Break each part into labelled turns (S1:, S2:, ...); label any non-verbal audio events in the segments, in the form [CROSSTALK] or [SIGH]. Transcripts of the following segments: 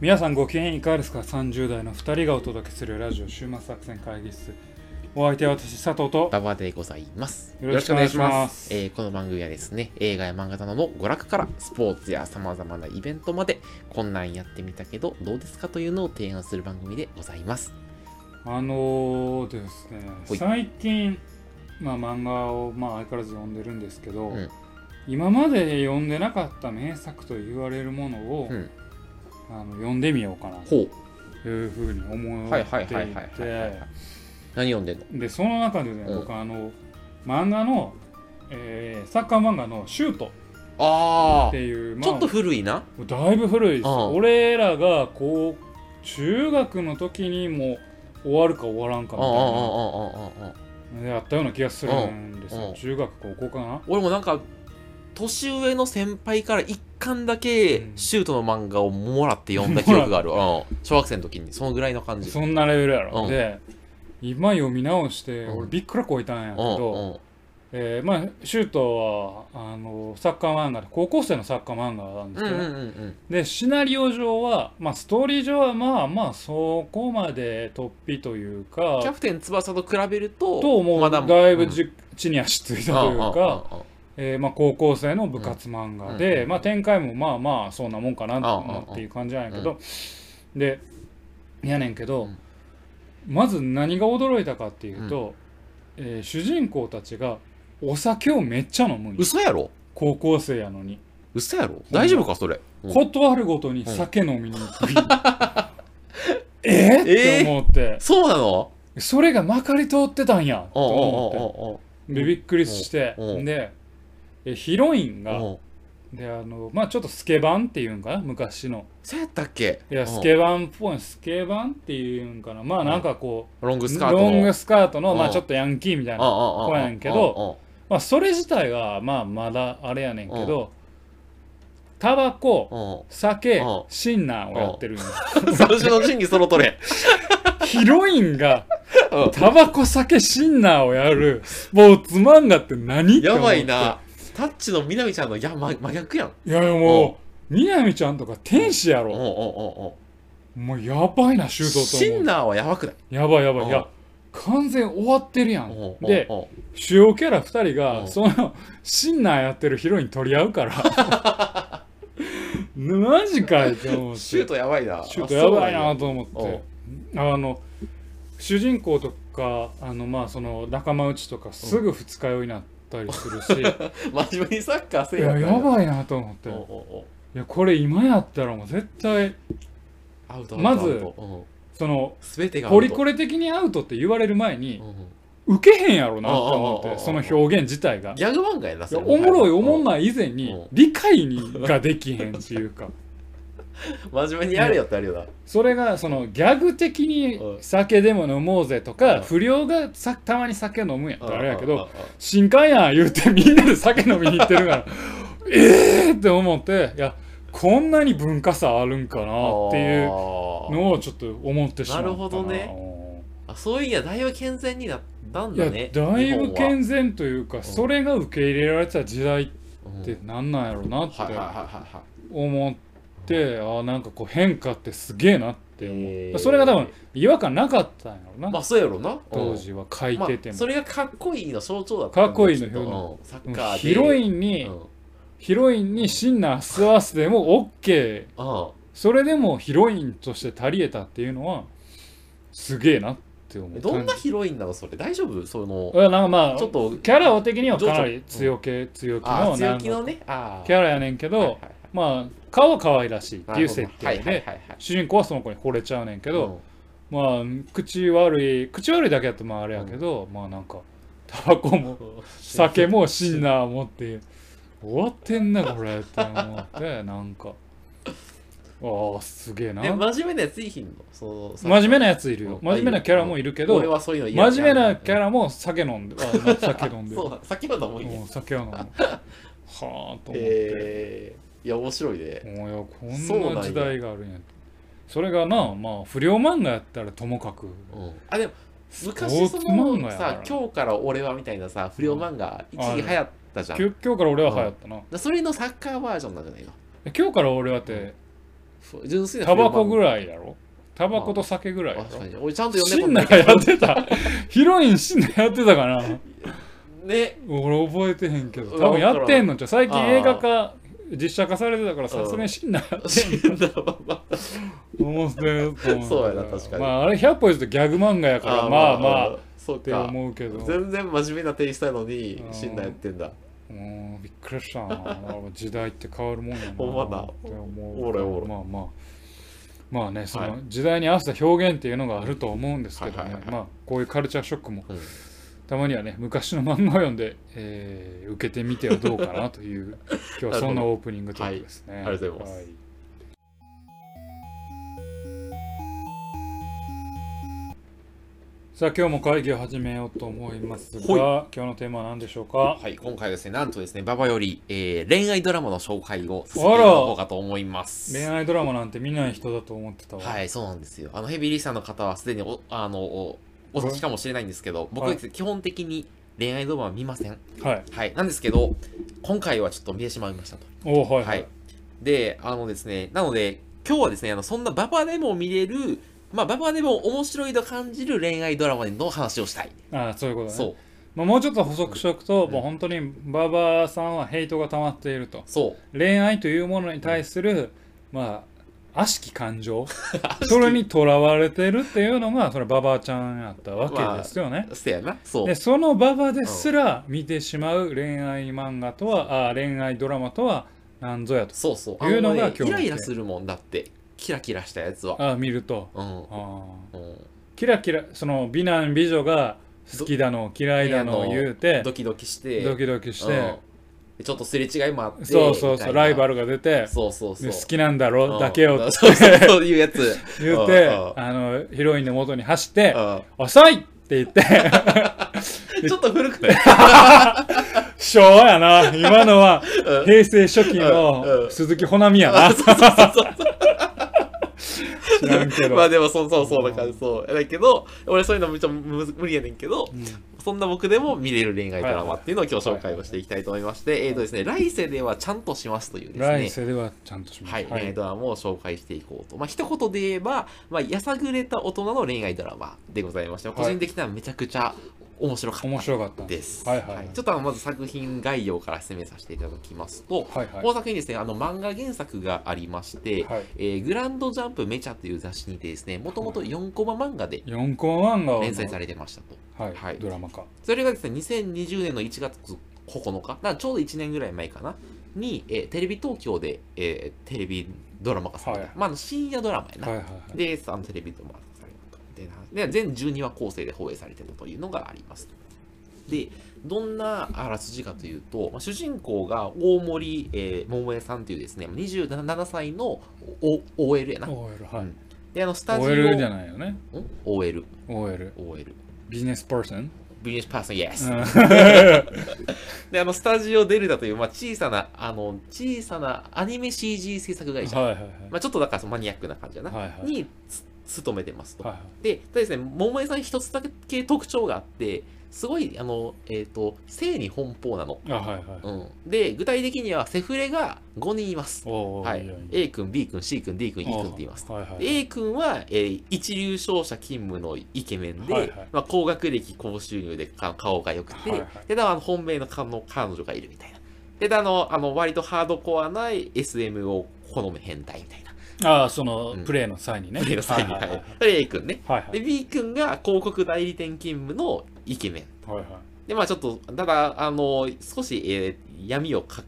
S1: 皆さんご機嫌いかがですか ?30 代の2人がお届けするラジオ週末作戦会議室。お相手は私、佐藤と。
S2: 馬場でございます。
S1: よろしくお願いします
S2: えーこの番組はですね、映画や漫画などの娯楽からスポーツや様々なイベントまで、こんなんやってみたけど、どうですかというのを提案する番組でございます。
S1: あのー、ですね、
S2: ほい
S1: 最近、まあ、漫画を、まあ、相変わらず読んでるんですけど、
S2: うん
S1: 今まで読んでなかった名作と言われるものを、
S2: うん
S1: あの読んでみようかなと
S2: ほう。
S1: いうふうに思っ
S2: はいは
S1: て
S2: い
S1: い
S2: はいはいはいはいはい
S1: て。
S2: 何読んでんの
S1: でその中でね、
S2: うん
S1: 僕あの漫画の、えーサッカー漫画の「シュート」
S2: あ
S1: って
S2: あ、
S1: いう、ま
S2: ち
S1: あ
S2: ょっと古いな。
S1: もうだいぶ古いですよ、
S2: うん
S1: 俺らがこう中学の時にもう終わるか終わらんか
S2: あ
S1: み
S2: ああああ
S1: た
S2: ああああ
S1: いなやったような気がするんです
S2: う
S1: よ
S2: ん
S1: 中学高校かな
S2: 俺もなんか、年上の先輩から一巻だけ
S1: うん
S2: シュートの漫画をもらって読んだ記
S1: [LAUGHS]
S2: 憶がある。うん小学生の時に、そのぐらいの感じ。
S1: そんなレベルやろ、
S2: うん
S1: で今読み直して
S2: うん
S1: 俺びっくらこいたんやけ
S2: うん
S1: ど、
S2: うん
S1: えーまあ、シュートはあのサッカー漫画で高校生のサッカー漫画なんで
S2: う
S1: す
S2: ん
S1: け
S2: うん
S1: ど、
S2: うんうん。
S1: でシナリオ上は、まあ、ストーリー上はまあまあそこまで突飛というか
S2: キャプテン翼と比べると、
S1: ともう
S2: ま
S1: だいぶじ、地に足ついたというか、
S2: うんうんうんうん
S1: えーまあ、高校生の部活漫画で、
S2: うん
S1: まあ、展開もまあまあそんなもんかな
S2: うんうんうん
S1: っていう感じなんやけど、でやねんけど、
S2: うん
S1: まず何が驚いたかっていうと、えー主人公たちがお酒をめっちゃ飲むんよ
S2: 嘘やろ
S1: 高校生やのに。
S2: 嘘やろ大丈夫かそれ。うん
S1: ことあるごとに酒飲みに行く、
S2: [LAUGHS]
S1: えっって思って、
S2: そうなの
S1: それがまかり通ってたんやと
S2: うんうん
S1: 思ってでびっくりして
S2: うんうん
S1: でえヒロイン
S2: うんうん
S1: が
S2: うん。
S1: であのまあちょっとスケバンっていうんかな昔の
S2: そうやったっけ
S1: いやスケバンっぽいスケバンっていうんかなまあなんかこ
S2: うんロン
S1: う
S2: グスカートの。
S1: ロングスカートのまあ
S2: うん
S1: ちょっとヤンキーみたいな
S2: 子
S1: 子やねんけど、まあそれ自体がまあまだあれやねんけどタバコ
S2: うんうんうんうん
S1: 酒
S2: うん
S1: シンナーをやってるんよ
S2: 三種の神器その
S1: [LAUGHS]
S2: トレ。
S1: ヒロインが
S2: うん
S1: タバコ酒シンナーをやるスポーツ漫画って何って
S2: や
S1: 思っ
S2: ば
S1: て
S2: いな。タッチのみなみちゃんの、いや、ま真逆やん。
S1: いやいやもうみなみちゃんとか天使や
S2: うんうんう
S1: ろ
S2: んうんうん。
S1: もうやばいなシュート
S2: シ
S1: と
S2: ン
S1: 思う
S2: ナーはやばくない
S1: やばいやば
S2: う
S1: い
S2: ん
S1: いや完全終わってるや
S2: うんうん
S1: ん
S2: うん
S1: で主要キャラ2人
S2: う
S1: が
S2: ん
S1: そのシンナーやってるヒロイン取り合うから [LAUGHS] マジかいって思って
S2: シュートやばいな。
S1: ちょっとやばいな
S2: あ。
S1: と思ってあの主人公とかあのまあその仲間内とかすぐ二日酔いになったりするし、い
S2: そうなんや真面目にサッカーせえ
S1: や
S2: ん
S1: やばいなと思って、
S2: うんうん
S1: い
S2: うん
S1: やこれ今やったらもう絶対
S2: アウトアウトアウト
S1: まず
S2: うん
S1: その
S2: 全てがアウト
S1: ポリコレ的にアウトって言われる前に
S2: うんうん
S1: 受けへんやろなと
S2: ああ
S1: 思
S2: あ
S1: っ
S2: あ
S1: てその表現自体が。
S2: ギャグ漫画やな、
S1: いやおもろいおもん
S2: い。
S1: ない以前に
S2: うん
S1: 理解にができへんっていうか [LAUGHS]
S2: 真面目にやれよってあるよな。
S1: それがそのギャグ的に
S2: うん
S1: 酒でも飲もうぜとか
S2: うん
S1: 不良がさたまに酒飲むんやったらあれやけ
S2: うんう
S1: ど
S2: ん
S1: 新刊やん言うてみんなで酒飲みに行ってるから [LAUGHS] ええって思っていやこんなに文化差あるんかな
S2: うん
S1: っていう
S2: あ
S1: のをちょっと思ってしまった
S2: なるほどねーあそういう意味ではだいぶ健全になったん
S1: いや
S2: だね。
S1: だいぶ
S2: 日
S1: 健全というかそれが受け入れられてた時代っ
S2: 本は
S1: てなんなんやろうなって
S2: はいはいはいはいはい。
S1: 思ってあーなんかこう変化ってすげえなって思う、
S2: えー
S1: それが多分違和感なかったんやろうな、
S2: まあそうやろな。
S1: 当時は書いてて
S2: ま
S1: も、
S2: あそれがかっこいいの象徴だったんだ
S1: かっこいいの
S2: きと
S1: 表
S2: うんサ
S1: で
S2: ッ
S1: も
S2: カーで。
S1: ヒロイン
S2: う
S1: に、
S2: ん。
S1: ヒロインにシンナー吸わせても OK
S2: あ
S1: それでもヒロインとして足りえたっていうのはすげえなって思う
S2: どんなヒロインなのそれ大丈夫その
S1: い、やなんかまあ
S2: ちょっと、
S1: キャラを的にはかなり強気、強気
S2: あ
S1: の
S2: あ、
S1: な
S2: 強
S1: ん
S2: 気
S1: か
S2: のね、ああ。
S1: キャラやねんけど、
S2: はいはいはい
S1: まあ顔は可愛らしいって
S2: な
S1: いう
S2: るほど
S1: 設
S2: はい
S1: 定
S2: はい
S1: で
S2: はいはい
S1: 主人公はその子に惚れちゃうねんけど、
S2: うん
S1: まあ口悪い口悪いだけだとまああれやけど、まあなんかタバコも酒もシンナーもって終わってんなこれって思
S2: [LAUGHS]
S1: ってなんかああすげえな
S2: で
S1: 真
S2: 真面目なやついひんのその
S1: 面目なやついるよ
S2: うん
S1: 真面目なキャラもいるけ
S2: 俺
S1: ど
S2: はそういうの嫌
S1: 真面目なキャラも酒飲んであ酒飲んで
S2: [LAUGHS] そうだ先ほどもいい
S1: も
S2: ね
S1: う酒を
S2: [LAUGHS]
S1: 飲むはあと思って、
S2: えー、いや面白いね
S1: もういや
S2: そうな
S1: こん
S2: んや
S1: な時代があるんやそれがなまあ不良漫画やったらともかく
S2: うんあでも
S1: ポー
S2: 昔
S1: ツ
S2: そ
S1: 漫画や
S2: の
S1: から
S2: さ「今日から俺は」みたいなさ不良漫画一時流行ったじゃん
S1: きょ今日から俺は流行ったな、
S2: それのサッカーバージョンなんじゃないの
S1: 今日から俺はって
S2: ふ純粋な
S1: タバコぐ
S2: い
S1: らいやろタバコと酒ぐらいやろ
S2: 俺ちゃんと読
S1: シン
S2: んで
S1: ナ
S2: たんだ
S1: や
S2: けど
S1: ってたヒロインシンナやってたかな
S2: ね
S1: 俺覚えてへんけど
S2: うわ
S1: 多分やってんのじゃう最近
S2: あー
S1: 映画化実写化されてたからさすがにシンナやってん
S2: シ [LAUGHS] ンナはまあ
S1: 思ってると思
S2: そうやな確かに
S1: まああれ100歩譲ってギャグ漫画やからまあまあっ
S2: そう
S1: て
S2: か
S1: 思うけど
S2: 全然真面目なテイストなのに
S1: うん
S2: シンナやってんだ
S1: もうびっくりしたななんか時代って変わるもんやな
S2: ほんまだ
S1: って思う
S2: おろおろ
S1: まあまあまあねそ
S2: は
S1: の時代に合わせた表現っていうのがあると思うんですけど
S2: はい
S1: ね
S2: はいはい
S1: まあこういうカルチャーショックも
S2: うん
S1: たまにはね昔の漫画を読んで、えー受けてみてはどうかなという
S2: [LAUGHS]
S1: 今日はそんなオープニングトークですね、
S2: はいありがとうございます
S1: はさあ今日も会議を始めようと思いますが、今日のテーマは何でしょうか
S2: はい、今回はですね、なんとですね、ババより、えー恋愛ドラマの紹介をさせていただこうかと思います。
S1: 恋愛ドラマなんて見ない人だと思ってたわ、
S2: はい、そうなんですよ。あの、ヘビーリスナーの方はすでにお、あの、おお察しかもしれないんですけど、僕
S1: はい
S2: 基本的に恋愛ドラマは見ません。
S1: はい
S2: はい、なんですけど、今回はちょっと見てしまいましたと。
S1: おおはいは、
S2: はいい。で、あのですね、なので、今日はですね、あの、そんなババでも見れる、まあ、ババでも面白いと感じる恋愛ドラマの話をしたい。
S1: ああそういうことね
S2: そう、
S1: まあ、もうちょっと補足しておくと、
S2: うん
S1: もう本当に馬場さんはヘイトが溜まっていると
S2: そう。
S1: 恋愛というものに対する、まあ悪しき感情 [LAUGHS] それにとらわれてるっていうのがそれババアちゃんやったわけですよね、
S2: せやな。そう
S1: で。そのババアですら見てしまう恋愛漫画とは、ああ恋愛ドラマとは何ぞやと
S2: そうそう。
S1: いうのが
S2: あね
S1: 今日の
S2: イライラするもんだって、キラキラしたやつは。
S1: ああ見ると
S2: うん。
S1: ああ
S2: うん
S1: キラキラその美男美女が好きだの嫌いだの言うて
S2: ドキドキして、
S1: ドキドキし
S2: うん
S1: て、
S2: でちょっとすれ違いもあって、
S1: そうそうそうライバ
S2: ル。
S1: ルが出て
S2: そうそうそう。
S1: で好きなんだろ
S2: うん
S1: だけを
S2: そうそうそういうやつ。
S1: [LAUGHS] 言うて
S2: うん
S1: あのヒロインの元に走って
S2: うん
S1: 「遅い!」って言
S2: [LAUGHS]
S1: って
S2: ちょっと古
S1: [LAUGHS]
S2: くない
S1: 「昭和やな今のは
S2: うん
S1: 平成初期
S2: うんう
S1: の
S2: ん
S1: 鈴木保奈美やな」
S2: [LAUGHS] そうそうそう
S1: 知らんけど
S2: まあでもそうそうそうな感じそう。だけど、俺そういうのめっちゃむ無理やねんけど、
S1: うん
S2: そんな僕でも見れる恋愛ドラマっていうのを今日紹介をしていきたいと思いまして、えっとですね、来世ではちゃんとしますというですね。
S1: 来世ではちゃんとしま
S2: はい、
S1: す
S2: 恋愛ドラマを紹介していこうと。まあ、一言で言えば、まあ、やさぐれた大人の恋愛ドラマでございまして、
S1: い
S2: 個人的にはめちゃくちゃ面白かった
S1: 面白かった
S2: です。
S1: はいはいはい
S2: ちょっとあのまず作品概要から説明させていただきますと、
S1: はいはい
S2: この作品ですね、あの漫画原作がありまして、
S1: はい
S2: えーグランドジャンプメチャという雑誌にてですね、もともと4コマ漫画で
S1: 4コマ漫画を
S2: 連載されてましたと。
S1: はい
S2: はい
S1: ドラマ化
S2: それがですね、2020年の1月9日、だからちょうど1年ぐらい前かな、に、えーテレビ東京で、えーテレビドラマ化された。
S1: はい
S2: まああの、深夜ドラマやな。
S1: はいはいはい
S2: で、あのテレビドラマ化されたみたいな。で、全12話構成で放映されてたというのがあります。で、どんなあらすじかというと、まあ主人公が大森、えー桃江さんというですね、27歳のお OL やな。
S1: OL は
S2: う
S1: い
S2: んで、あの、スタジオ。
S1: OL じゃないよね
S2: ん ?OL。
S1: OL
S2: OL。
S1: ビジネスパーソン
S2: ビジネスパーソン、イエス。
S1: は
S2: で、あの、スタジオデルタという、まあ、小さな、あの、小さなアニメ CG 制作
S1: い
S2: 会社。
S1: はいはい
S2: まあ、ちょっとだからそのマニアックな感じだな。
S1: はいはい
S2: につ、勤めてますと。
S1: はい
S2: で、ただですね、桃江さん一つだけ特徴があって、すごい、あの、えっ、と、性に奔放なの。
S1: あはいはい
S2: うん。で、具体的にはセフレが5人います。
S1: おー
S2: はい
S1: いや
S2: い
S1: いや。
S2: A 君、B 君、C 君、D 君、E 君って言います。
S1: はいはい
S2: で A 君は、えー一流商社勤務のイケメンで、
S1: はいはい
S2: まあ、高学歴、高収入でか顔が良くて、
S1: はいはい
S2: でだから本命のかの彼女がいるみたいな。でだあのあの割とハードコアない SM を好む変態みたいな。
S1: ああ、その、
S2: うん
S1: プレイの際にね。
S2: プレイの際に。
S1: はいはいはい。
S2: それ A 君ね。
S1: はいは
S2: で、
S1: い
S2: B 君が広告代理店勤務のイケメン。
S1: はいはい
S2: で、まあちょっと、ただ、あの、少し、えー闇をか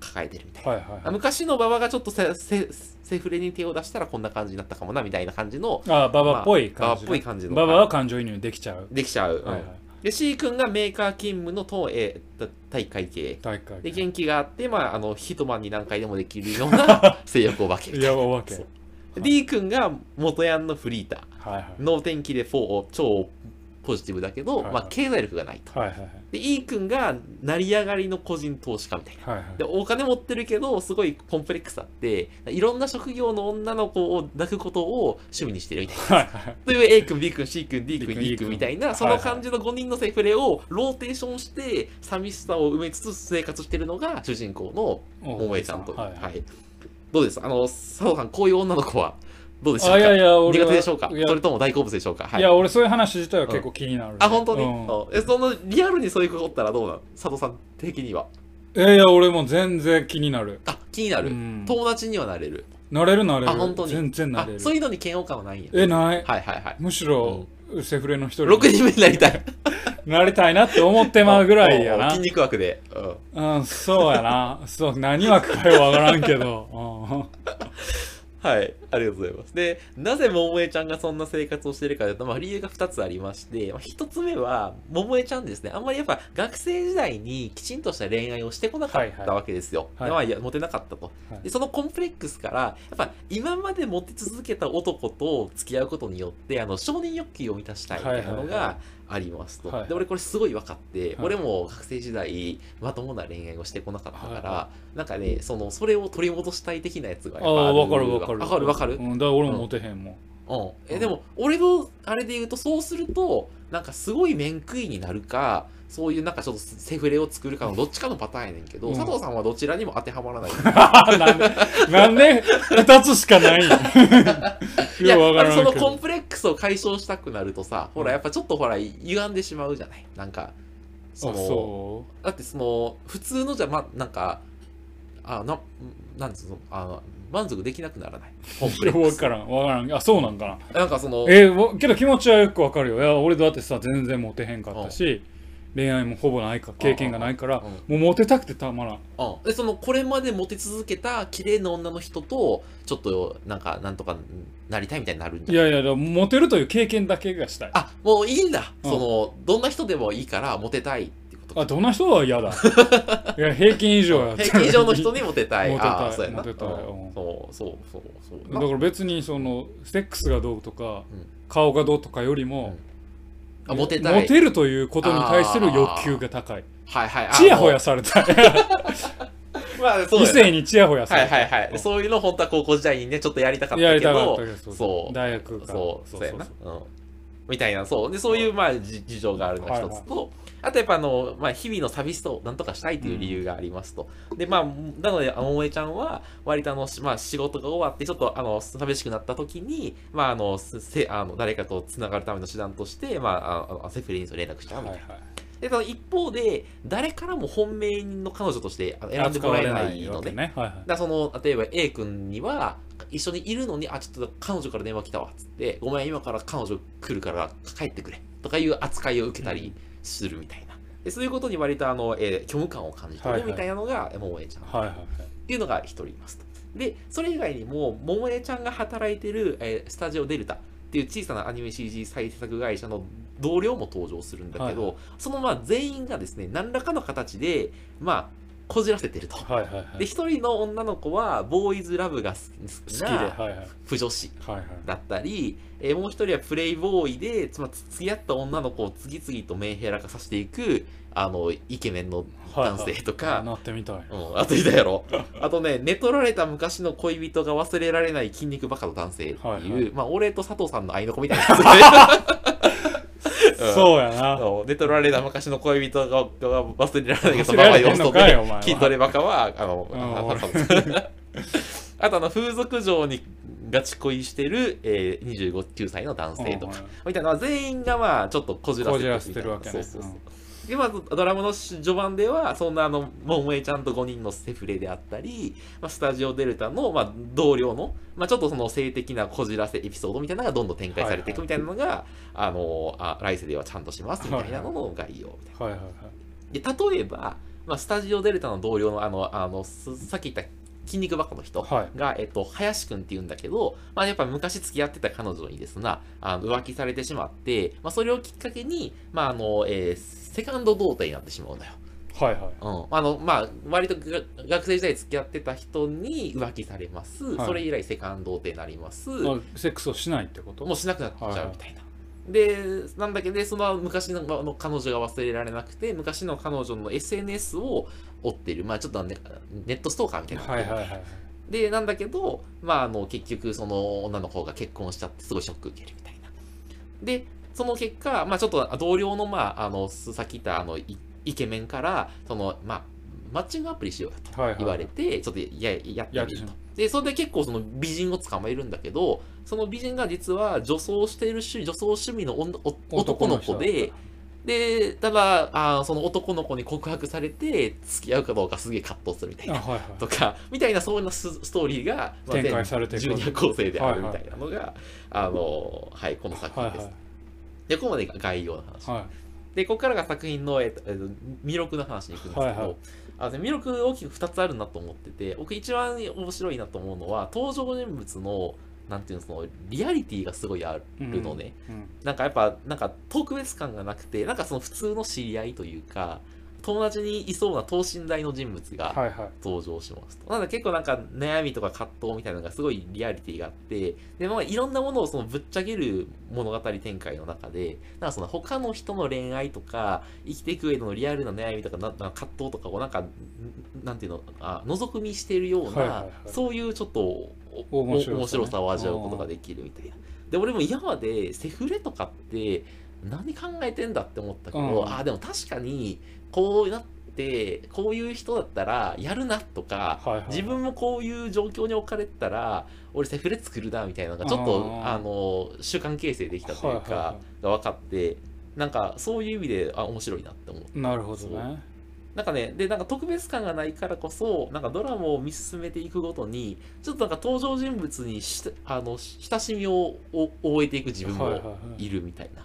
S2: 抱えてるみたいな。
S1: はいはいはい。
S2: 昔の馬場がちょっとセセセフレに手を出したらこんな感じになったかもな、みたいな感じの
S1: ああ、ババっぽい感じ、ね。
S2: まあババっぽい感じの
S1: ババは感情移入できちゃう。
S2: できちゃう。うん
S1: はいはい。
S2: で、C 君がメーカー勤務の当、えー大会系。
S1: 大会。
S2: で、元気があって、まあ、あの、一晩に何回でもできるよ
S1: [LAUGHS]
S2: うな性欲お化けみ
S1: い
S2: たい
S1: や、おわけ。
S2: そう
S1: は
S2: な。D 君が元ヤンのフリーター。
S1: いはい。
S2: 能天気で4を超ポジティブだけど、
S1: はいはい
S2: まあ、経済力がないと。
S1: はいはいはい。
S2: で、E 君が成り上がりの個人投資家みたいな。
S1: はいはい。
S2: で、お金持ってるけど、すごいコンプレックスあって、いろんな職業の女の子を抱くことを趣味にしてるみたいな。
S1: はいはい。
S2: という A 君、B 君、C 君、D 君、
S1: D 君
S2: E 君みたい
S1: は
S2: な、
S1: い
S2: その感じの5人のセフレをローテーションして、寂しさを埋めつつ生活してるのが主人公の
S1: お
S2: 桃江さんと。
S1: はいはい
S2: はいどうですあの、佐藤さん、こういう女の子はどうでし
S1: あ
S2: ょうか
S1: いやいや俺
S2: 苦
S1: は
S2: 手でしょうか
S1: いや
S2: それとも大好物でしょうかはいい。
S1: や俺そういう話自体は結構気になるね、
S2: あ、本当に、
S1: うん
S2: あえそのリアルにそういう子おったらどうなの佐藤さん的には。
S1: いやいや俺も全然気になる
S2: あ、気になる、
S1: うん
S2: 友達にはなれる。
S1: なれるなれる
S2: あ本当に
S1: 全然なれ
S2: あ
S1: る、
S2: そういうのに嫌悪感はないんや。
S1: えない
S2: はいはいはい。
S1: むしろ、セフレの一人に
S2: 6人目になりたい。
S1: なりたいなって思って [LAUGHS] まうぐらいや
S2: [LAUGHS] うん
S1: な
S2: 筋肉枠で。うん
S1: うんそうやなそう何枠かよわからんけ
S2: [LAUGHS]
S1: ど、
S2: はい、ありがとうございます。で、なぜ桃江ちゃんがそんな生活をしているかというと、まあ、理由が2つありまして、まあ、1つ目は、桃江ちゃんですね、あんまりやっぱ学生時代にきちんとした恋愛をしてこなか
S1: は
S2: っ
S1: いはい
S2: たわけですよ。
S1: はい
S2: でまあ、いや、モテなかったと、
S1: はい
S2: で。そのコンプレックスから、やっぱ今までモテ続けた男と付き合うことによって、あの承認欲求を満たしたいみたいなの
S1: はいはいは
S2: がありますと。
S1: はいはい
S2: で、俺これすごい分かって、
S1: はい
S2: 俺も学生時代、まともな恋愛をしてこなかったから、
S1: はいは
S2: なんかね、その、それを取り戻したい的なやつがやっ
S1: あ
S2: ぱあ
S1: あ
S2: る
S1: 分かる分かる
S2: わかるわかる
S1: うん、だから俺もモテへん [LAUGHS] もん、
S2: うん、
S1: う
S2: え
S1: ん
S2: でも俺のあれで言うとそうするとなんかすごい面食いになるかそういうなんかちょっとセフレを作るかのどっちかのパターンやねんけど、
S1: うん
S2: 佐藤さんはどちらにも当てはま
S1: [LAUGHS]
S2: らない
S1: なんでなんで2つしかないん [LAUGHS]
S2: い
S1: よ
S2: や
S1: う分から
S2: そ
S1: ん
S2: の
S1: け
S2: コ
S1: ど
S2: ンプレックスを解消したくなるとさほらやっぱちょっとほら歪んでしまうじゃないなんかそ
S1: あ
S2: の
S1: そ
S2: だってその普通のじゃまなんかあななんつうのあの満足できなくならないコンプ
S1: うい
S2: レ
S1: や
S2: ック
S1: 分
S2: ス
S1: からん分からんあそうなんかな
S2: なんかその
S1: えーわけど気持ちはよくわかるよいや俺だってさ全然モテへんかったし恋愛もほぼないか経験がないから
S2: うんうん
S1: もうモテたくてたまらん
S2: うん、でそのこれまでモテ続けた綺麗な女の人とちょっとなんかなんとかなりたいみたいになるんじ
S1: い
S2: ゃない
S1: やいやでもモテるという経験だけがしたい
S2: あもういいんだ、
S1: うん
S2: そのどんな人でもいいからモテたいってことか
S1: あどんな人は嫌だ
S2: [LAUGHS]
S1: いや平均以上や
S2: 平均以上の人にモテたい
S1: モテたい
S2: ああそうやな
S1: モテたい
S2: うん
S1: うん
S2: そうそうそうそう
S1: [LAUGHS] だから別にそのセックスがどうとか、
S2: うん
S1: 顔がどうとかよりも、
S2: あモテたい
S1: モテるということに対する欲求が高い
S2: はいはいあ
S1: ちやほやされたい
S2: もうまあそ
S1: [LAUGHS]
S2: う
S1: 異
S2: や
S1: 性にちやほやさ
S2: なは
S1: れ
S2: い
S1: た、
S2: [LAUGHS] はいいはい、そういうの本当は高校時代にねちょっとやりたかったけど
S1: やりたかったけど
S2: そう
S1: 大学から
S2: そう、そうやな
S1: そう。
S2: うんみたいな、そう。で、そういう、まあ、じ事情があるのが一つと、あと、やっぱ、あの、まあ、日々の寂しさをなんとかしたいという理由がありますと。で、まあ、なので、あもえちゃんは、割と、あの、しまあ、仕事が終わって、ちょっと、あの、寂しくなった時に、まあ、あの、すせあの誰かとつながるための手段として、まあ、あのセフレに連絡しちゃうみたいな。
S1: はいはい
S2: で、その一方で、誰からも本命の彼女としてあの選んでもらえない
S1: 扱わ
S2: の
S1: れわけ
S2: で、
S1: ね、はいはい
S2: だからその例えば A 君には一緒にいるのにあちょっと彼女から電話来たわっつってごめん今から彼女来るから帰ってくれとかいう扱いを受けたりするみたいな、でそういうことに割とあの、えー虚無感を感じて
S1: はいは
S2: る
S1: い
S2: みたいなのが桃江ちゃん、
S1: はいはいはい
S2: っていうのが一人いますとでそれ以外にも桃江ちゃんが働いてる、えースタジオデルタっていう小さなアニメ CG 再作会社の同僚も登場するんだけど、そのまあ全員がですね何らかの形でまあこじらせてると
S1: はいはいはい
S2: で一人の女の子はボーイズラブが好
S1: 好
S2: き
S1: きではい
S2: な
S1: はいはい
S2: 不女子
S1: はい
S2: だったり、えーもう一人はプレイボーイでつまり付き合った女の子を次々とメンヘラ化させていくあのイケメンの
S1: はい
S2: 男性とか、
S1: なってみたいな
S2: うん、あといたやろあとね寝取られた昔の恋人が忘れられない筋肉バカの男性っていう、
S1: はいはい
S2: まあ俺と佐藤さんの愛の子みたいなやつね
S1: [LAUGHS]
S2: うん
S1: そうや
S2: あ
S1: な
S2: の寝取られた昔の恋人がが忘れられないけど
S1: 忘れられてんのかい
S2: ババ
S1: お前は
S2: を筋トレバカはあの
S1: うん
S2: あ
S1: 俺
S2: あ [LAUGHS] あとあの風俗嬢にガチ恋してる、えー、25、9歳の男性とか、
S1: うん
S2: みたいなのは全員がまあちょっとこじらせ
S1: こ
S2: て
S1: じらせてる
S2: み
S1: わけ
S2: たいな
S1: ね
S2: そうそうそうでまずドラマの序盤ではそんなあの桃江ちゃんと5人のセフレであったり、まあ、スタジオデルタの、まあ、同僚の、まあ、ちょっとその性的なこじらせエピソードみたいなのがどんどん展開されていくみたいなのが、あのあ来世ではちゃんとしますみたいなのの概要みた
S1: うんはいはい
S2: い
S1: はい
S2: な。で例えば、まあ、スタジオデルタの同僚のあのあのすさっき言った筋肉ばっかの人
S1: はい
S2: が、えっと、林くんっていうんだけど、まあ、やっぱ昔付き合ってた彼女にですな、あの浮気されてしまって、まあ、それをきっかけに、まああのえーセカンド童貞になってしまうのよ。
S1: はいはい
S2: うん、あのまあ割とが学生時代付き合ってた人に浮気されます、
S1: はい
S2: それ以来セカンド童貞になります、
S1: まあセックスをしないってこと
S2: もうしなくなっちゃうみたいな。で、なんだけど、でその昔のあの彼女が忘れられなくて、昔の彼女の SNS を追ってる、まあちょっとねネットストーカーみたいな。
S1: はいはいはいはい
S2: で、なんだけど、まああの結局その女の子が結婚しちゃって、すごいショック受けるみたいな。で、その結果、まあちょっと同僚の、まああの、さっき言ったあのイイケメンから、その、まあマッチングアプリしようよと
S1: はいはい
S2: 言われて、ちょっとやややって
S1: やっ
S2: み
S1: てし
S2: ると
S1: ま。
S2: で、それで結構その美人を捕まえるんだけど、その美人が実は女装している趣女装趣味の女お男の子で、で、ただあー、その男の子に告白されて、付き合うかどうかすげえ葛藤するみたい
S1: あ
S2: な。
S1: はいはい
S2: とか、 [LAUGHS] みたいな、そういうスストーリーが、まあ
S1: 展開されていく
S2: 全12構成であるみたいなのが、あの、はい、この作
S1: は
S2: 品
S1: い
S2: です。
S1: はい
S2: で、ここまでが概要の話。
S1: は
S2: で、ここからが作品の、えっと、えっと魅力の話に行くんですけど、
S1: はいはい
S2: あの魅力大きく2つあるなと思ってて、僕一番面白いなと思うのは、登場人物の、なんていうの、その、リアリティがすごいあるのね。
S1: い、うん
S2: なんかやっぱ、なんか特別感がなくて、なんかその普通の知り合いというか、友達にいそうな等身大の人物が
S1: はいはい
S2: 登場しますと。なので結構なんか悩みとか葛藤みたいなのがすごいリアリティがあって、で、まあいろんなものをそのぶっちゃける物語展開の中で、なんかその他の人の恋愛とか、生きていく上でのリアルな悩みとか、ななんか葛藤とかをなんか、んなんていうの、あ覗く見してるような、
S1: はいはいはい
S2: そういうちょっとおお
S1: 面白さね
S2: 面白さを味わうことができるみたいな。で、俺も今までセフレとかって、何考えてんだって思ったけど、
S1: うん
S2: ああでも確かにこうなってこういう人だったらやるなとか、
S1: はいはい
S2: 自分もこういう状況に置かれてたら俺セフレ作るなみたいなのがちょっと、
S1: うん
S2: あの習慣形成できたとい
S1: はい
S2: うか、
S1: はいは
S2: が分かってなんかそういう意味であ面白いなって思う
S1: なるほどね
S2: なんかね、で、なんか特別感がないからこそ、なんかドラマを見進めていくごとに、ちょっとなんか登場人物にしあのし親しみをお覚えていく自分
S1: はいはいは
S2: も
S1: い
S2: いるみたいな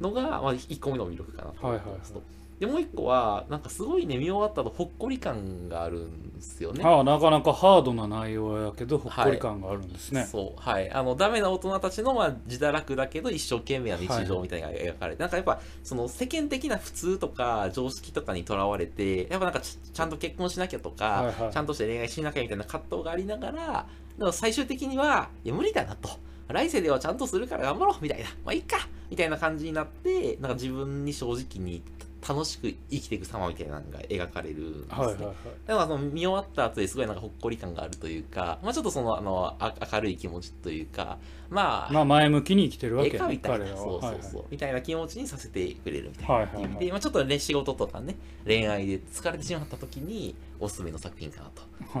S2: のが、まあ、1個目の魅力かなと思いますと
S1: は。
S2: で、もう1個は、なんかすごいね、見終わった後、ほっこり感があるんですよね。
S1: ああなかなかハードな内容やけどほっこり感があるんですね、
S2: そうはいあのダメな大人たちのまあ自堕落だけど一生懸命な日常みたいなのが描かれて、なんかやっぱその世間的な普通とか常識とかにとらわれてやっぱなんかちちゃんと結婚しなきゃとか、
S1: はいはい
S2: ちゃんとして恋愛しなきゃみたいな葛藤がありながらでも最終的にはいや無理だなと来世ではちゃんとするから頑張ろうみたいなまあいいかみたいな感じになってなんか自分に正直に楽しく生きていく様みたいなのが描かれるんですね。
S1: はいはいはい
S2: だからその見終わった後ですごいなんかほっこり感があるというか、まあ、ちょっとそのあのあ明るい気持ちというかまあ、
S1: まあ前向きに生きてるわ
S2: ええ
S1: け
S2: かみ
S1: ね
S2: たい
S1: 彼
S2: な
S1: らは
S2: そうそうそう、みたいな気持ちにさせてくれるみたいな、
S1: はいはいはい
S2: 意味で、まあ、ちょっとね仕事とかね恋愛で疲れてしまった時におすすめの作品かな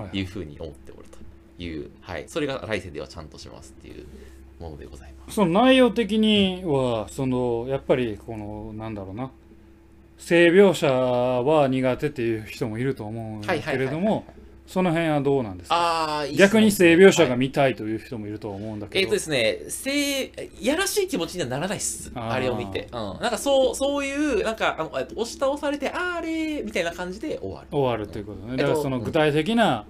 S1: はいはい
S2: というふうに思っておるという、はい、それが来世ではちゃんとしますっていうものでございます。
S1: その内容的にはそのやっぱりこのなんだろうな性描写は苦手っていう人もいると思うんですけれどもその辺はどうなんですか
S2: あーいい質問
S1: 逆に性描写が
S2: はい
S1: 見たいという人もいるとは思うんだけ
S2: えっと
S1: ど
S2: で、すね、せやらしい気持ちにはならないっす。
S1: あー
S2: あれを見て。うん。なんかそう、そういう、なんか、あのえっと押し倒されて、あれみたいな感じで終わる。
S1: 終わるということね
S2: ん
S1: だか
S2: え
S1: ら
S2: っと
S1: その具体的な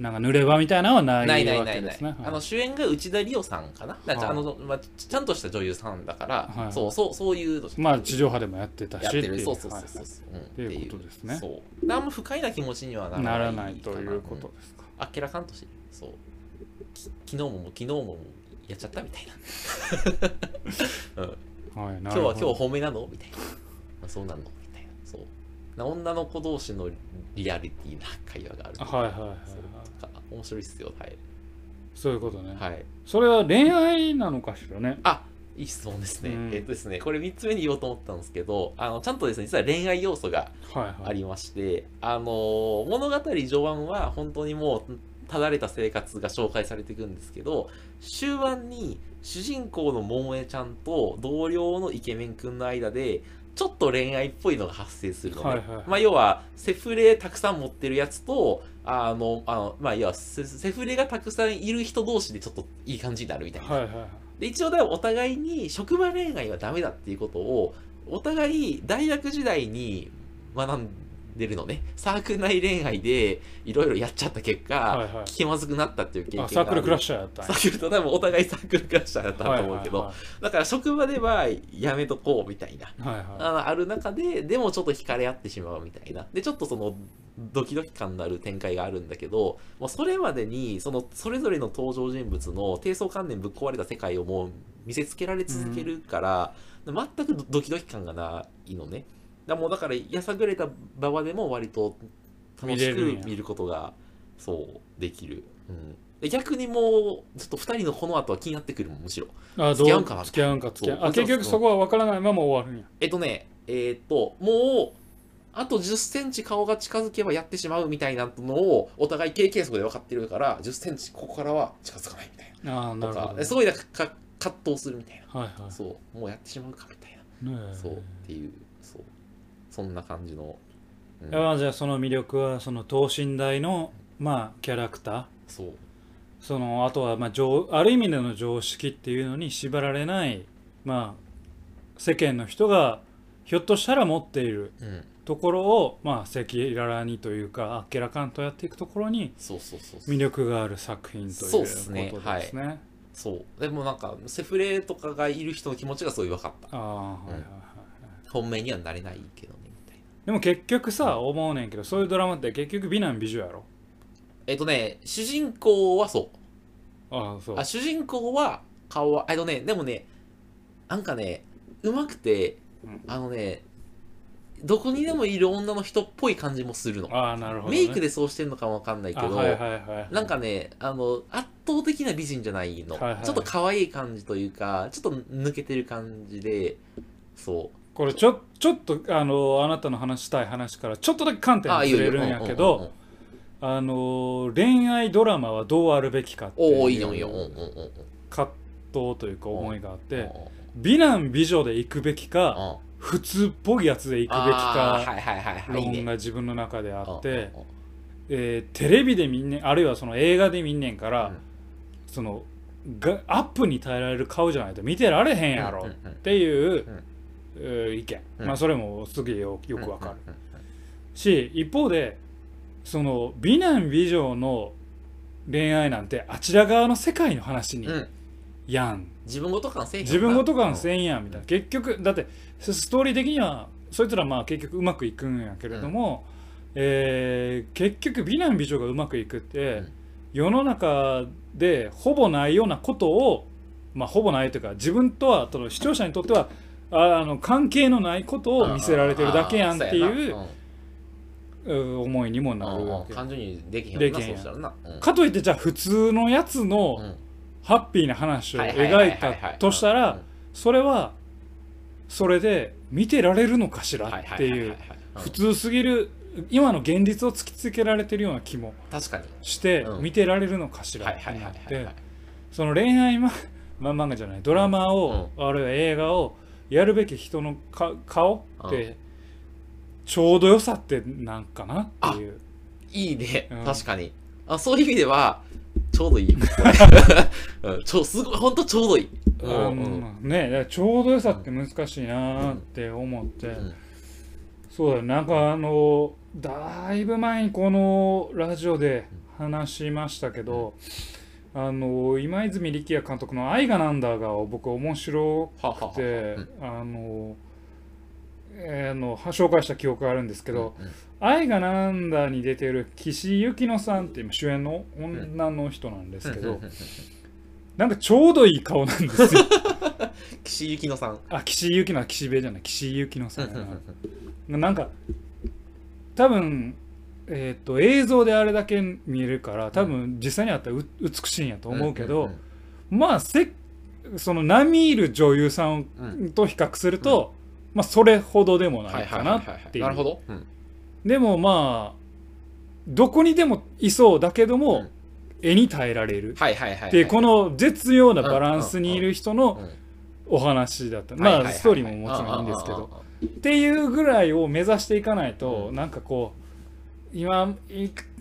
S1: なんか濡れ場みたいなのはな
S2: ない
S1: い
S2: ない
S1: わ
S2: な
S1: け
S2: い
S1: で
S2: ない。
S1: すね
S2: あの主演が内田理央さんかな。だから
S1: はい
S2: あのまあ、ちちゃんとした女優さんだから、
S1: はい
S2: そうそう、そういうの
S1: まあ地上波でもやってたし
S2: やっ
S1: ってて
S2: る。
S1: いう
S2: そうそうそ
S1: は
S2: う
S1: い
S2: そうそう。うん
S1: っていうことですね
S2: っていうそう。あんま不快な気持ちにはならない
S1: ならないということ
S2: かな。
S1: ですか
S2: あっけらかんとしてる。そう。き昨日ももう昨日ももうやっちゃったみたいな。
S1: はいな
S2: 今日
S1: るほど
S2: は今日褒めなのみたいな。まあ、そうなのみたいな。そう。な女の子同士のリアリティな会話があ
S1: はいは
S2: る。
S1: いはいはい
S2: そうなんか面白いっすよ。はい。
S1: そういうことね
S2: はい。
S1: それは恋愛なのかしらね
S2: あいい質問ですね。
S1: うん
S2: えっとですね、これ3つ目に言おうと思ったんですけど、あのちゃんとですね、実は恋愛要素が
S1: はい
S2: あ
S1: はい
S2: りまして、あのー物語序盤は本当にもうただれた生活が紹介されていくんですけど終盤に主人公の桃江ちゃんと同僚のイケメンくんの間でちょっと恋愛っぽいのが発生するのね、
S1: はいはい
S2: まあ、要はセフレたくさん持ってるやつとあのあのまあ要はセセフレがたくさんいる人同士でちょっといい感じになるみたいな、
S1: はいはいはい
S2: で一応だからお互いに職場恋愛はダメだっていうことをお互い大学時代に学んでるのねサークル内恋愛でいろいろやっちゃった結果、
S1: はいはい
S2: 気まずくなったっていう経験が
S1: あサークルクラッ
S2: シ
S1: シャーやったん
S2: サ
S1: や
S2: ークルと多分お互いサークルクラッシャーだったと思うけど、
S1: はい
S2: だから職場ではやめとこうみたいな
S1: はいはいはい
S2: あのある中ででもちょっと惹かれ合ってしまうみたいなでちょっとそのドキドキ感のある展開があるんだけどもうそれまでにそのそれぞれの登場人物の低層観念ぶっ壊れた世界をもう見せつけられ続けるから、全くドキドキ感がないのねだもうだからやさぐれた馬場でも割と楽
S1: 見れ
S2: し
S1: るん
S2: く
S1: や
S2: 見ることがそうできる、うん、で逆にもうちょっと2人のこの後は気になってくるもんむしろ
S1: あ
S2: 付き合
S1: ど
S2: うん
S1: う
S2: かな
S1: 付き合うんか付き合う
S2: そう
S1: あ結局そこは分からないまま終わるんや
S2: えっとね、えーっと、もう、あと10センチ顔が近づけばやってしまうみたいなのをお互い経験則で分かってるから10センチここからは近づかないみたい
S1: ああな
S2: な
S1: る
S2: とか
S1: ほど
S2: すごいなんかか葛藤するみたいな
S1: はいは
S2: そうもうやってしまうかみたいない
S1: ねえ
S2: そうっていうそうそんな感じの、うん
S1: いやまあじゃあその魅力はその等身大のまあキャラクター
S2: そう
S1: そのあとはまあ常ある意味での常識っていうのに縛られないまあ世間の人がひょっとしたら持っている
S2: うん
S1: ところをまあ赤裸々にというかあっけらかんとやっていくところに
S2: そうそうそうそう
S1: 魅力がある作品という
S2: そ
S1: こと
S2: うっ
S1: ですす
S2: ね
S1: ね。
S2: そうでもなんかセフレとかがいる人の気持ちがすごい分かった
S1: ああはいはいはい。
S2: 本命にはなれないけどねみたいな
S1: でも結局さ思うねんけどそういうドラマって結局美男美女やろ
S2: えっとね主人公はそう
S1: ああそう
S2: あ主人公は顔はえっとねでもねなんかねうまくて
S1: うん
S2: あのねどこにでもいる女の人っぽい感じもするの、
S1: ああなるほどね、
S2: メイクでそうしてるのかもわかんないけ
S1: あ
S2: ど、
S1: はいはいはい
S2: なんかねあの圧倒的な美人じゃないの、
S1: はいはい
S2: ちょっと可愛い感じというかちょっと抜けてる感じでそう
S1: これちょちょっとあのあなたの話したい話からちょっとだけ観点
S2: あ
S1: が
S2: いいよ
S1: ずれるんやけどあの恋愛ドラマはどうあるべきかって
S2: いいようんうんうんおおいい
S1: い
S2: よいいよ、うんうん
S1: う
S2: うんうん、
S1: 葛藤というか思いがあっ
S2: うんうん
S1: て美男美女で行くべきか
S2: あ
S1: 普通っぽいやつで行くべき
S2: ー
S1: か
S2: はいはいはいはいいいね
S1: 論が自分の中であっ
S2: うん
S1: てえーテレビで見んねんあるいはその映画で見んねんから、
S2: うん
S1: そのがアップに耐えられる顔じゃないと見てられへんやろっていう、
S2: うん
S1: えー意見、
S2: うん
S1: まあそれもすげえよよ
S2: うんうんうん
S1: くわかる、
S2: うんうんうん
S1: し一方でその美男美女の恋愛なんてあちら側の世界の話に、
S2: うん
S1: やん
S2: 自分ごと感せえへん
S1: 自分ごと感
S2: え
S1: せんやんみたいな結局だってスストーリー的にはそいつらまあ結局うまくいくんやけれども、えー結局美男美女がうまくいくって、
S2: うん
S1: 世の中でほぼないようなことをまあほぼないというか自分とはその視聴者にとってはああの関係のないことを見せられてるだけやんっていううん思いにもなるわけ。
S2: 感情にできへん
S1: で
S2: も
S1: き
S2: ん
S1: へ
S2: なんそうしたらなうん
S1: かといってじゃあ普通のやつ
S2: う
S1: の
S2: ん
S1: ハッピーな話を
S2: はいはいはいはい
S1: 描いたとしたら、それはそれで見てられるのかしら
S2: はい
S1: っ
S2: は
S1: て
S2: いはい
S1: い
S2: は
S1: う
S2: いはいうん
S1: 普通すぎる今の現実を突きつけられてるような気も
S2: 確かに
S1: して
S2: うん
S1: 見てられるのかしら
S2: は
S1: っ
S2: いは
S1: て
S2: い
S1: な
S2: は
S1: っ
S2: いはい
S1: て
S2: はい
S1: その恋愛ま [LAUGHS] ま漫画じゃないドラマをあるいは映画をやるべき人のか顔ってちょうど良さってなんかなっていう
S2: いいね
S1: うん
S2: 確かにあそういう意味ではちょうどいいよこれうんちょすごい本当ちょうどいい
S1: あ
S2: うんうん
S1: のねだからちょうど良さって難しいなーって思って。
S2: うん
S1: そうだよなんかあのだいぶ前にこのラジオで話しましたけど、あの今泉力也監督の「愛がなんだ」が僕面白
S2: ははは
S1: くて、あの,、えーあのは紹介した記憶があるんですけど
S2: うんうん
S1: 「愛がなんだ」に出てる岸井ゆきのさんっていう主演の女の人なんですけど、
S2: うんうんうん
S1: なんかちょうどいい顔なんですよ
S2: 岸井ゆきのさん
S1: あ岸井ゆきの岸辺じゃない岸井ゆきのさん
S2: う
S1: だ
S2: んうんう
S1: なんなんか多分、えー、と映像であれだけ見えるから多分実際にあったらう美しいんやと思うけど、
S2: んん
S1: まあせその並みいる女優さん
S2: うん
S1: と比較すると、まあそれほどでも
S2: は
S1: ないいか
S2: はいは
S1: ないっ
S2: はい
S1: ていう
S2: なるほどうん
S1: でもまあどこにでもいそうだけども、
S2: うん
S1: 絵に耐えられる、
S2: はいはいはいはい
S1: っていうこの絶妙なバランスにいる人の
S2: うん
S1: お話だった、
S2: はいはい
S1: ま
S2: は
S1: あ
S2: い
S1: ストーリーももちろんいいんですけど。っていうぐらいを目指していかないと、
S2: うん
S1: なんかこう今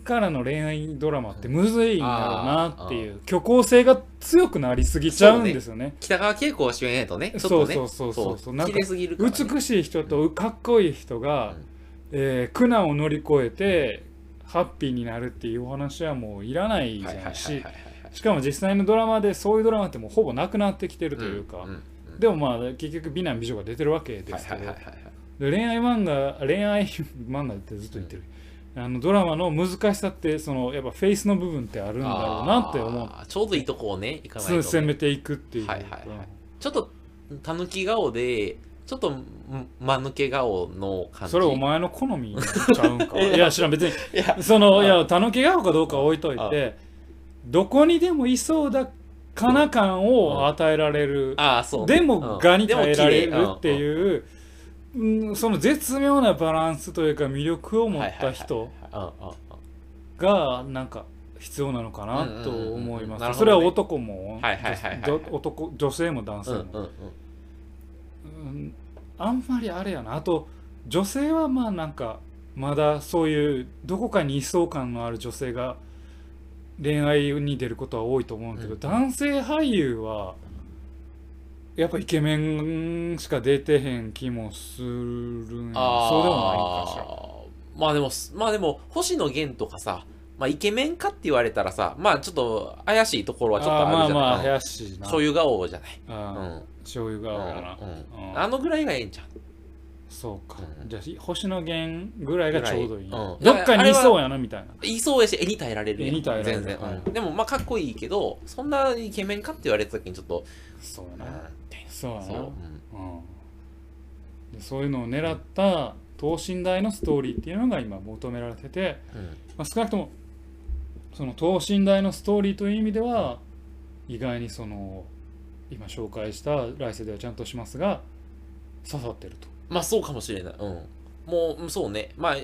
S1: からの恋愛ドラマってむずいんだろうなっていう虚構性が強くなりすぎちゃうんですよね。
S2: 北川景子が主演やとねちょっ
S1: そ
S2: と
S1: う
S2: ね
S1: そうそうそうそうなん
S2: 綺
S1: か
S2: 麗すぎるからね
S1: 美しい人とかっこいい人が、
S2: うん
S1: えー苦難を乗り越えてハッピーになるっていうお話はもういらないじゃ
S2: はいはい
S1: ん
S2: はいはい
S1: し
S2: はい
S1: しかも実際のドラマでそういうドラマってもうほぼなくなってきてるというか、
S2: んんん
S1: でもまあ結局美男美女が出てるわけで
S2: はい
S1: すけ
S2: は
S1: ど
S2: い、はいはいはい
S1: で恋愛漫画恋愛漫画ってずっと言ってる、あのドラマの難しさってそのやっぱフェイスの部分ってあるんだろうなって思う
S2: あーちょうどいいとこをね行かないとね
S1: つ攻めていくっていうか、
S2: はいはいはいちょっとたぬき顔でちょっとん間抜け顔の感じ
S1: それお前の好みちゃうんかいや知らん別に
S2: [LAUGHS] いや
S1: その
S2: あ
S1: いやたぬき顔かどうかは置いといてどこにでもいそうだかな感を与えられる
S2: ああそうね
S1: でも
S2: うん
S1: がに耐えられ
S2: でも綺
S1: る
S2: 麗
S1: っていううん、その絶妙なバランスというか魅力を持った
S2: はい
S1: 人
S2: はいはいはいうんうんうん
S1: がなんか必要なのかなと思い
S2: うんうんうんうんなるほど
S1: ま
S2: ね
S1: すそれは男も
S2: はいはいはいはい
S1: 女男女性も男性
S2: うんうん
S1: も
S2: うん
S1: うんあんまりあれやなあと女性はまあなんかまだそういうどこかに位相感のある女性が恋愛に出ることは多いと思うんだけど、
S2: うん
S1: 男性俳優はやっぱイケメンしか出てへん気もするんや
S2: あー
S1: そうでもないんかしら。
S2: まあでもすまあでも星野源とかさまあイケメンかって言われたらさまあちょっと怪しいところはちょっとあるじゃ
S1: ーまあまあ
S2: ないうん
S1: 林な
S2: そういう顔じゃない
S1: あ
S2: う
S1: ー
S2: ん
S1: 醤油
S2: う
S1: 顔やな、
S2: ん
S1: うん
S2: あのぐらいがええんちゃう
S1: そうか、
S2: うん
S1: じゃあ星野源ぐらいがちょうどいい、
S2: ぐらいうん
S1: どっかにいそうやなみたいな
S2: 言いそうやし絵に耐えられるやん
S1: 絵に耐えられる
S2: 全然、
S1: はい
S2: うんでもまあかっこいいけどそんなイケメンかって言われた時にちょっと、
S1: そう
S2: う
S1: や
S2: ん、
S1: なそうやな
S2: そう、うん
S1: うんでそういうのを狙った等身大のストーリーっていうのが今求められてて、
S2: うん
S1: まあ、少なくともその等身大のストーリーという意味では意外にその今紹介した来世ではちゃんとしますが刺さってると
S2: まあそうかもしれない。うん。もううん、そうね。まあ、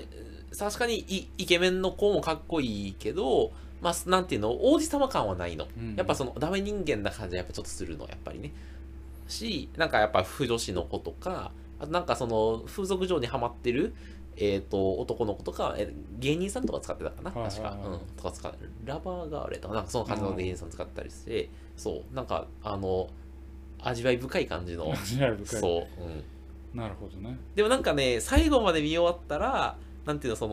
S2: 確かにイイケメンの子もかっこいいけど、まあ、すなんていうの、王子様感はないの。
S1: うん
S2: やっぱその、ダメ人間な感じがやっぱちょっとするの、やっぱりね。し、なんかやっぱ、不女子の子とか、あとなんかその、風俗嬢にハマってる、えっ、と、男の子とか、えー芸人さんとか使ってたかな、
S1: はいはい
S2: 確か。
S1: はい、
S2: うん。とか使う。ラバーガールとか、なんかその感じの芸人さん使ったりして、そう、なんか、あの、味わい深い感じの
S1: [LAUGHS] 味わい深い
S2: そう。うん
S1: なるほどね
S2: でもなんかね、最後まで見終わったら、なんていうの、そ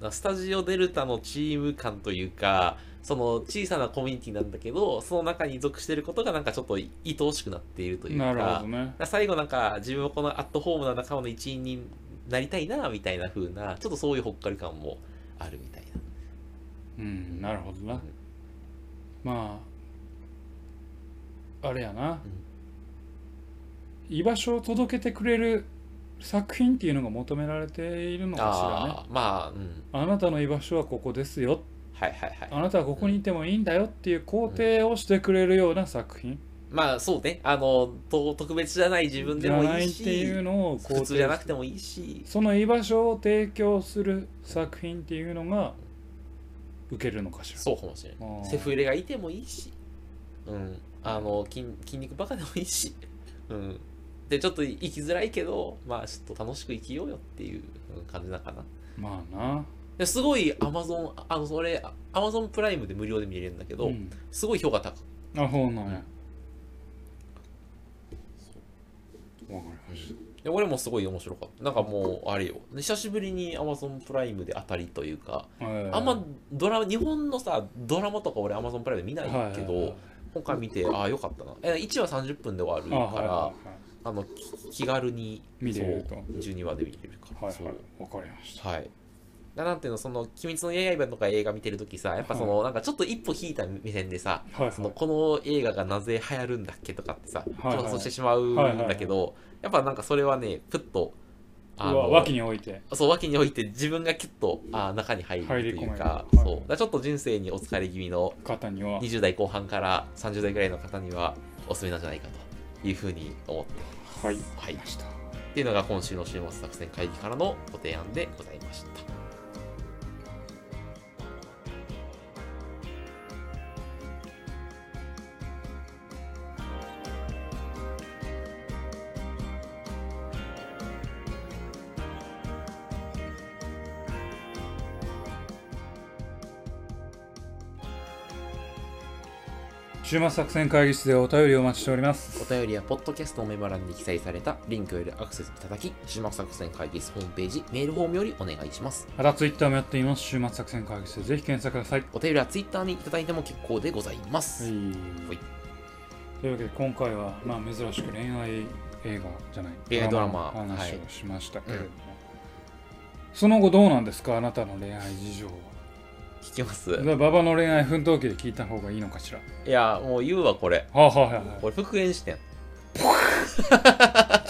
S2: の、スタジオデルタのチーム感というか、その小さなコミュニティなんだけど、その中に属していることがなんかちょっと愛おしくなっているという
S1: な
S2: か、
S1: るほどね
S2: 最後なんか自分はこのアットホームな仲間の一員になりたいな、みたいな風な、ちょっとそういうほっかり感もあるみたい
S1: うんなるほど
S2: な。
S1: なまああれやな、居場所を届けてくれる作品っていうのが求められているのかしらね
S2: ああ、まあ、うん。
S1: あなたの居場所はここですよ
S2: はいはいはい。
S1: あなたはここにいてもいいんだよっていう肯定をしてくれるような作品
S2: まあそうね、あの、と特別じゃない自分で
S1: じゃ
S2: も
S1: ない
S2: い
S1: いっ
S2: し、
S1: ていうのを肯定
S2: 普通じゃなくてもいいし、
S1: その居場所を提供する作品っていうのが受けるのかしら
S2: そうかもしれない。
S1: あー
S2: セフレがいてもいいし、うん、あの筋筋肉バカでもいいし、 [LAUGHS] うん、でちょっと生きづらいけど、まあちょっと楽しく生きようよっていううん感じなのかな。
S1: まあな
S2: ですごい Amazon、あのそれ、Amazon プライムで無料で見れるんだけど、
S1: うん
S2: すごい評価高く
S1: あ、そうなんや。わかりまし
S2: で俺もすごい面白かった。なんかもう、あれよ、で久しぶりに Amazon プライムで当たりというか、
S1: た。あ
S2: あんまドラマ、日本のさ、ドラマとか俺 Amazon プライムで見ないけど、今回見て、ああ、よかったな。え1話30分で終わるから、あのき気軽に
S1: 見れると
S2: そう12話で見れるから、
S1: はい
S2: そ
S1: は
S2: う
S1: い、わかりました。
S2: はいだなんていうのその「鬼滅の刃」とか映画見てるときさやっぱその、なんかちょっと一歩引いた目線でさ
S1: はいはい
S2: そのこの映画がなぜ流行るんだっけとかってさ
S1: はい
S2: 調査してしまうんだけど、やっぱなんかそれはねプッと
S1: うわ脇に置いて。
S2: そう脇に置いて自分がキュッとあー中に入るというか
S1: 入り込める
S2: そ
S1: は
S2: う
S1: い
S2: だからちょっと人生にお疲れ気味の
S1: 方には。
S2: 20代後半から30代ぐらいの方にはおすすめなんじゃないかというふうに思って
S1: はい。
S2: はい
S1: ました。
S2: っていうのが今週の週末作戦会議からのご提案でございました。
S1: 週末作戦会議室でお便りをお待ちしております。
S2: お便りはポッドキャストのメモ欄に記載されたリンクよりアクセスいただき、週末作戦会議室ホームページ、メールフォームよりお願いします。
S1: またツイッターもやっています。週末作戦会議室でぜひ検索ください。
S2: お便りは Twitter にいただいても結構でございます。はい
S1: というわけで今回は、まあ、珍しく恋愛映画じゃない
S2: 恋愛ドラマ
S1: の話
S2: は
S1: をしましたけ
S2: う
S1: れ
S2: ん
S1: ども、その後どうなんですかあなたの恋愛事情は
S2: 聞きます
S1: だから馬場の恋愛奮闘記で聞いた方がいいのかしら。はい
S2: や、もう言うわ、これ。
S1: あ、はいはいは
S2: これ復縁してん。
S1: い。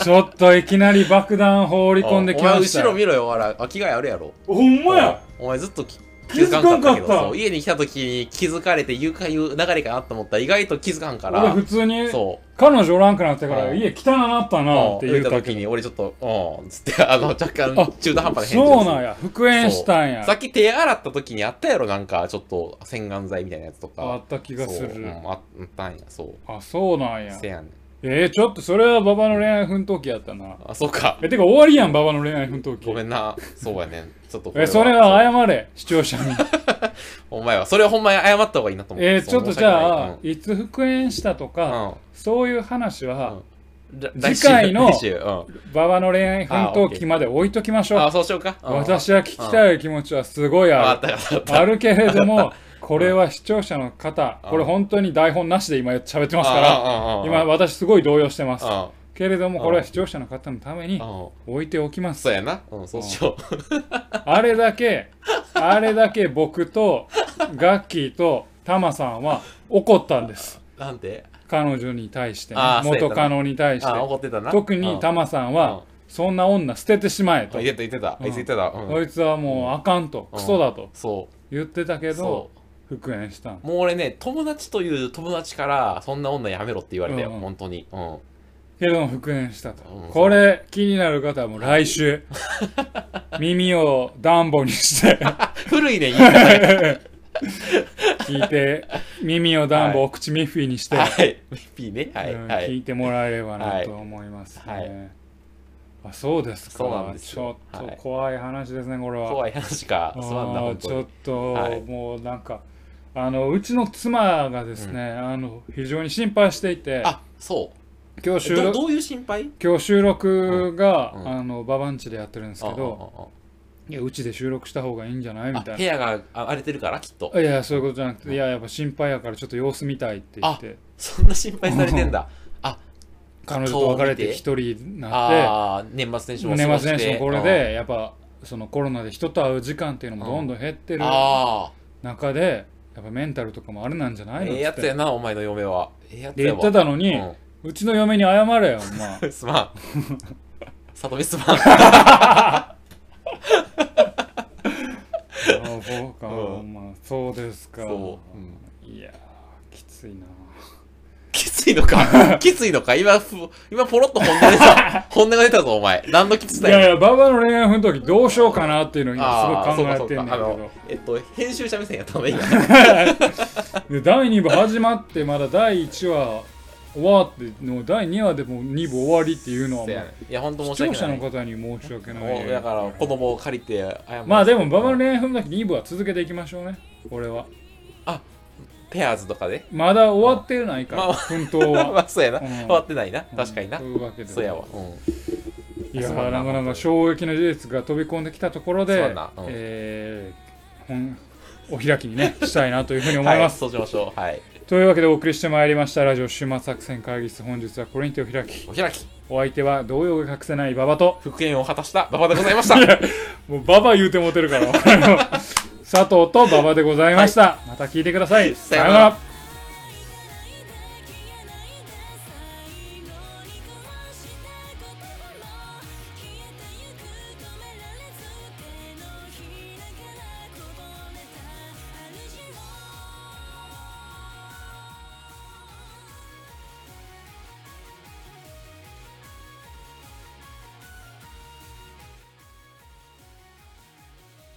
S1: ちょっといきなり爆弾放り込んできました
S2: お前後ろ
S1: よ。
S2: 見ろよ、おら。あ、着替えあるやろ。
S1: ほんまや
S2: お前ずっとき気づかんかったけ
S1: 気づかんかっ
S2: ど
S1: た
S2: そう家に来た時に気づかれて誘拐流れかなと思ったら意外と気づかんか
S1: 俺
S2: ら
S1: 普通に
S2: そう
S1: 彼女おらんくなってから
S2: うん
S1: 家汚なったなって言う
S2: た
S1: た
S2: 時
S1: けど
S2: に俺ちょっとうんつっ
S1: [LAUGHS]
S2: てあの若干
S1: あ
S2: 中途半端で返事を
S1: そうなんや復縁したんや
S2: さっき手洗った時にあったやろなんかちょっと洗顔剤みたいなやつと
S1: あっ
S2: か
S1: た気がす
S2: そうう
S1: る
S2: んあったんやそう
S1: あそうなんや
S2: せやねん
S1: えー、ちょっとそれは馬場の恋愛奮闘記やったな
S2: あそうか
S1: えてか終わりやん馬場の恋愛奮闘記
S2: ごめんなそうやねんちょっとこ
S1: えそれは謝れ視聴者に
S2: お前はそれはほんまに謝った方がいいなと思って
S1: えー、ちょっとじゃあ、いつ復縁したとか、
S2: う
S1: そういう話は
S2: んうん
S1: 次回の
S2: 来週うん
S1: 馬場の恋愛奮
S2: あオッ
S1: 闘
S2: ケ
S1: 記
S2: ー
S1: まで置いときましょ
S2: あ
S1: う
S2: そうしようかうん
S1: 私は聞きたい気持ちはすごい
S2: ああ
S1: あ
S2: ったあったあっ
S1: るあるけれどもこれは視聴者の方
S2: うん
S1: これ本当に台本なしで今喋ってますから
S2: た
S1: 今私すごい動揺してます
S2: 今
S1: けれどもこれは視聴者の方のために置いておきます
S2: そうやなうんそうしよう
S1: あれだけ、あれだけ僕とガッキーとタマさんは怒ったんです。
S2: なんて
S1: 彼女に対してね、
S2: あーそうやった
S1: 元
S2: な
S1: カノに対し
S2: あ
S1: て。
S2: 怒ってたな
S1: 特にタ
S2: ま
S1: マさん
S2: うん
S1: は、そんな女捨ててしまえと
S2: 言っ。てた言ってた
S1: うん
S2: あいつ言ってたうん
S1: こいつはもうあかんと、
S2: うん
S1: クソだと
S2: そ
S1: 言ってたけ
S2: う
S1: ど
S2: そ、
S1: 復縁したん
S2: う。もう俺ね友達という友達からそんな女やめろって言われたよ
S1: うんうん
S2: 本当にうん
S1: けども復縁したと
S2: うん。
S1: これ気になる方はもう来
S2: [LAUGHS]
S1: 週、耳を暖房にして、
S2: 古いね
S1: [LAUGHS]
S2: 言い方
S1: 聞いて、耳を暖房、お口ミッフィーにして、
S2: はいピーねはい
S1: うん
S2: は
S1: 聞い
S2: い
S1: てもらえればなと思いますね。
S2: はい
S1: あそうですか
S2: そうなんです
S1: ちょ
S2: よ
S1: っと怖い話ですね、これは。
S2: 怖い話かすまんな
S1: あー
S2: 本
S1: ち
S2: 当
S1: ょ
S2: に
S1: っと、
S2: はい
S1: もうなんかあのうちの妻がですね、あの非常に心配していて
S2: あそう
S1: 今日収
S2: ど
S1: 録
S2: どういう心配
S1: 今日収録が、
S2: うんうん
S1: あのババンチでやってるんですけど、いやうちで収録した方がいいんじゃない
S2: うんうんう
S1: み
S2: んあ
S1: たい
S2: 部
S1: な。
S2: 屋があ荒れてるからきっと
S1: いやいやそういうことじゃなくていややっぱ心配やからちょっと様子見たいって言って
S2: そんな心配されてんだあ
S1: 彼女と別れ
S2: 顔を
S1: て
S2: 見て
S1: 一人になって
S2: あー年末年始も過ご
S1: 年
S2: し
S1: 末
S2: て
S1: 年始もこれでやっぱそのコロナで人と会う時間っていうのもどんどん減って
S2: うん
S1: る
S2: あ
S1: 中でやっぱメンタルとかもあれなんじゃな
S2: あ
S1: いの
S2: ええやつやなお前の嫁はええやつ
S1: で
S2: や
S1: 言っ
S2: わ
S1: てたのに、うちの嫁に謝れよお前
S2: [LAUGHS] うんすま
S1: [LAUGHS]
S2: ん里見すまん
S1: あそうか、
S2: うん
S1: お前そうですか
S2: そう、うん
S1: いやーきついな
S2: きついの
S1: [LAUGHS]
S2: かきついのか今ふ、今ポロッと本音出た。本音が出たぞ、お前。何のきつさ
S1: いやい
S2: や。
S1: や馬場の恋愛奮闘記どうしようかなっていうのを今
S2: ああ
S1: す
S2: そ
S1: ご
S2: う
S1: い
S2: か
S1: 考えてんだけ
S2: そうかあ
S1: ど
S2: のえっと、編集者目線やったのね、今。
S1: で第2部始まってまだ第1話終わっての第2話でも2部終わりっていうのはもう
S2: いや、ほんと申
S1: 視聴
S2: し
S1: 者
S2: 訳な
S1: の
S2: い。
S1: 方に申し訳な
S2: も
S1: いう
S2: だから、子供を借りて謝る
S1: まあでも、ババの恋愛奮闘記2部は続けていきましょうね、俺は。
S2: ペアーズとかで。
S1: まだ終わってないか
S2: ま
S1: ら、
S2: あ
S1: 奮闘は。
S2: [LAUGHS] まあ、そうやな。
S1: うん
S2: 終わってないな。確かにな
S1: とい。うわけで。
S2: そうやわ。うん。
S1: いや
S2: そう
S1: ー、
S2: だな
S1: なかなか衝撃の事実が飛び込んできたところ
S2: そう
S1: で
S2: だなうん、
S1: えー本お開きに
S2: [LAUGHS]
S1: ね、したいなというふうに思います。
S2: はい、そうしましょう。はい。
S1: というわけでお送りしてまいりました、ラジオ終末作戦会議室、本日はこれにてお開き。
S2: お開き、
S1: お相手は動揺が隠せない馬場と、
S2: 復縁を果たした馬場でございました。
S1: もうババ言うて [LAUGHS] もうてるから、佐藤と馬場でございました。また聞いてください。さようなら。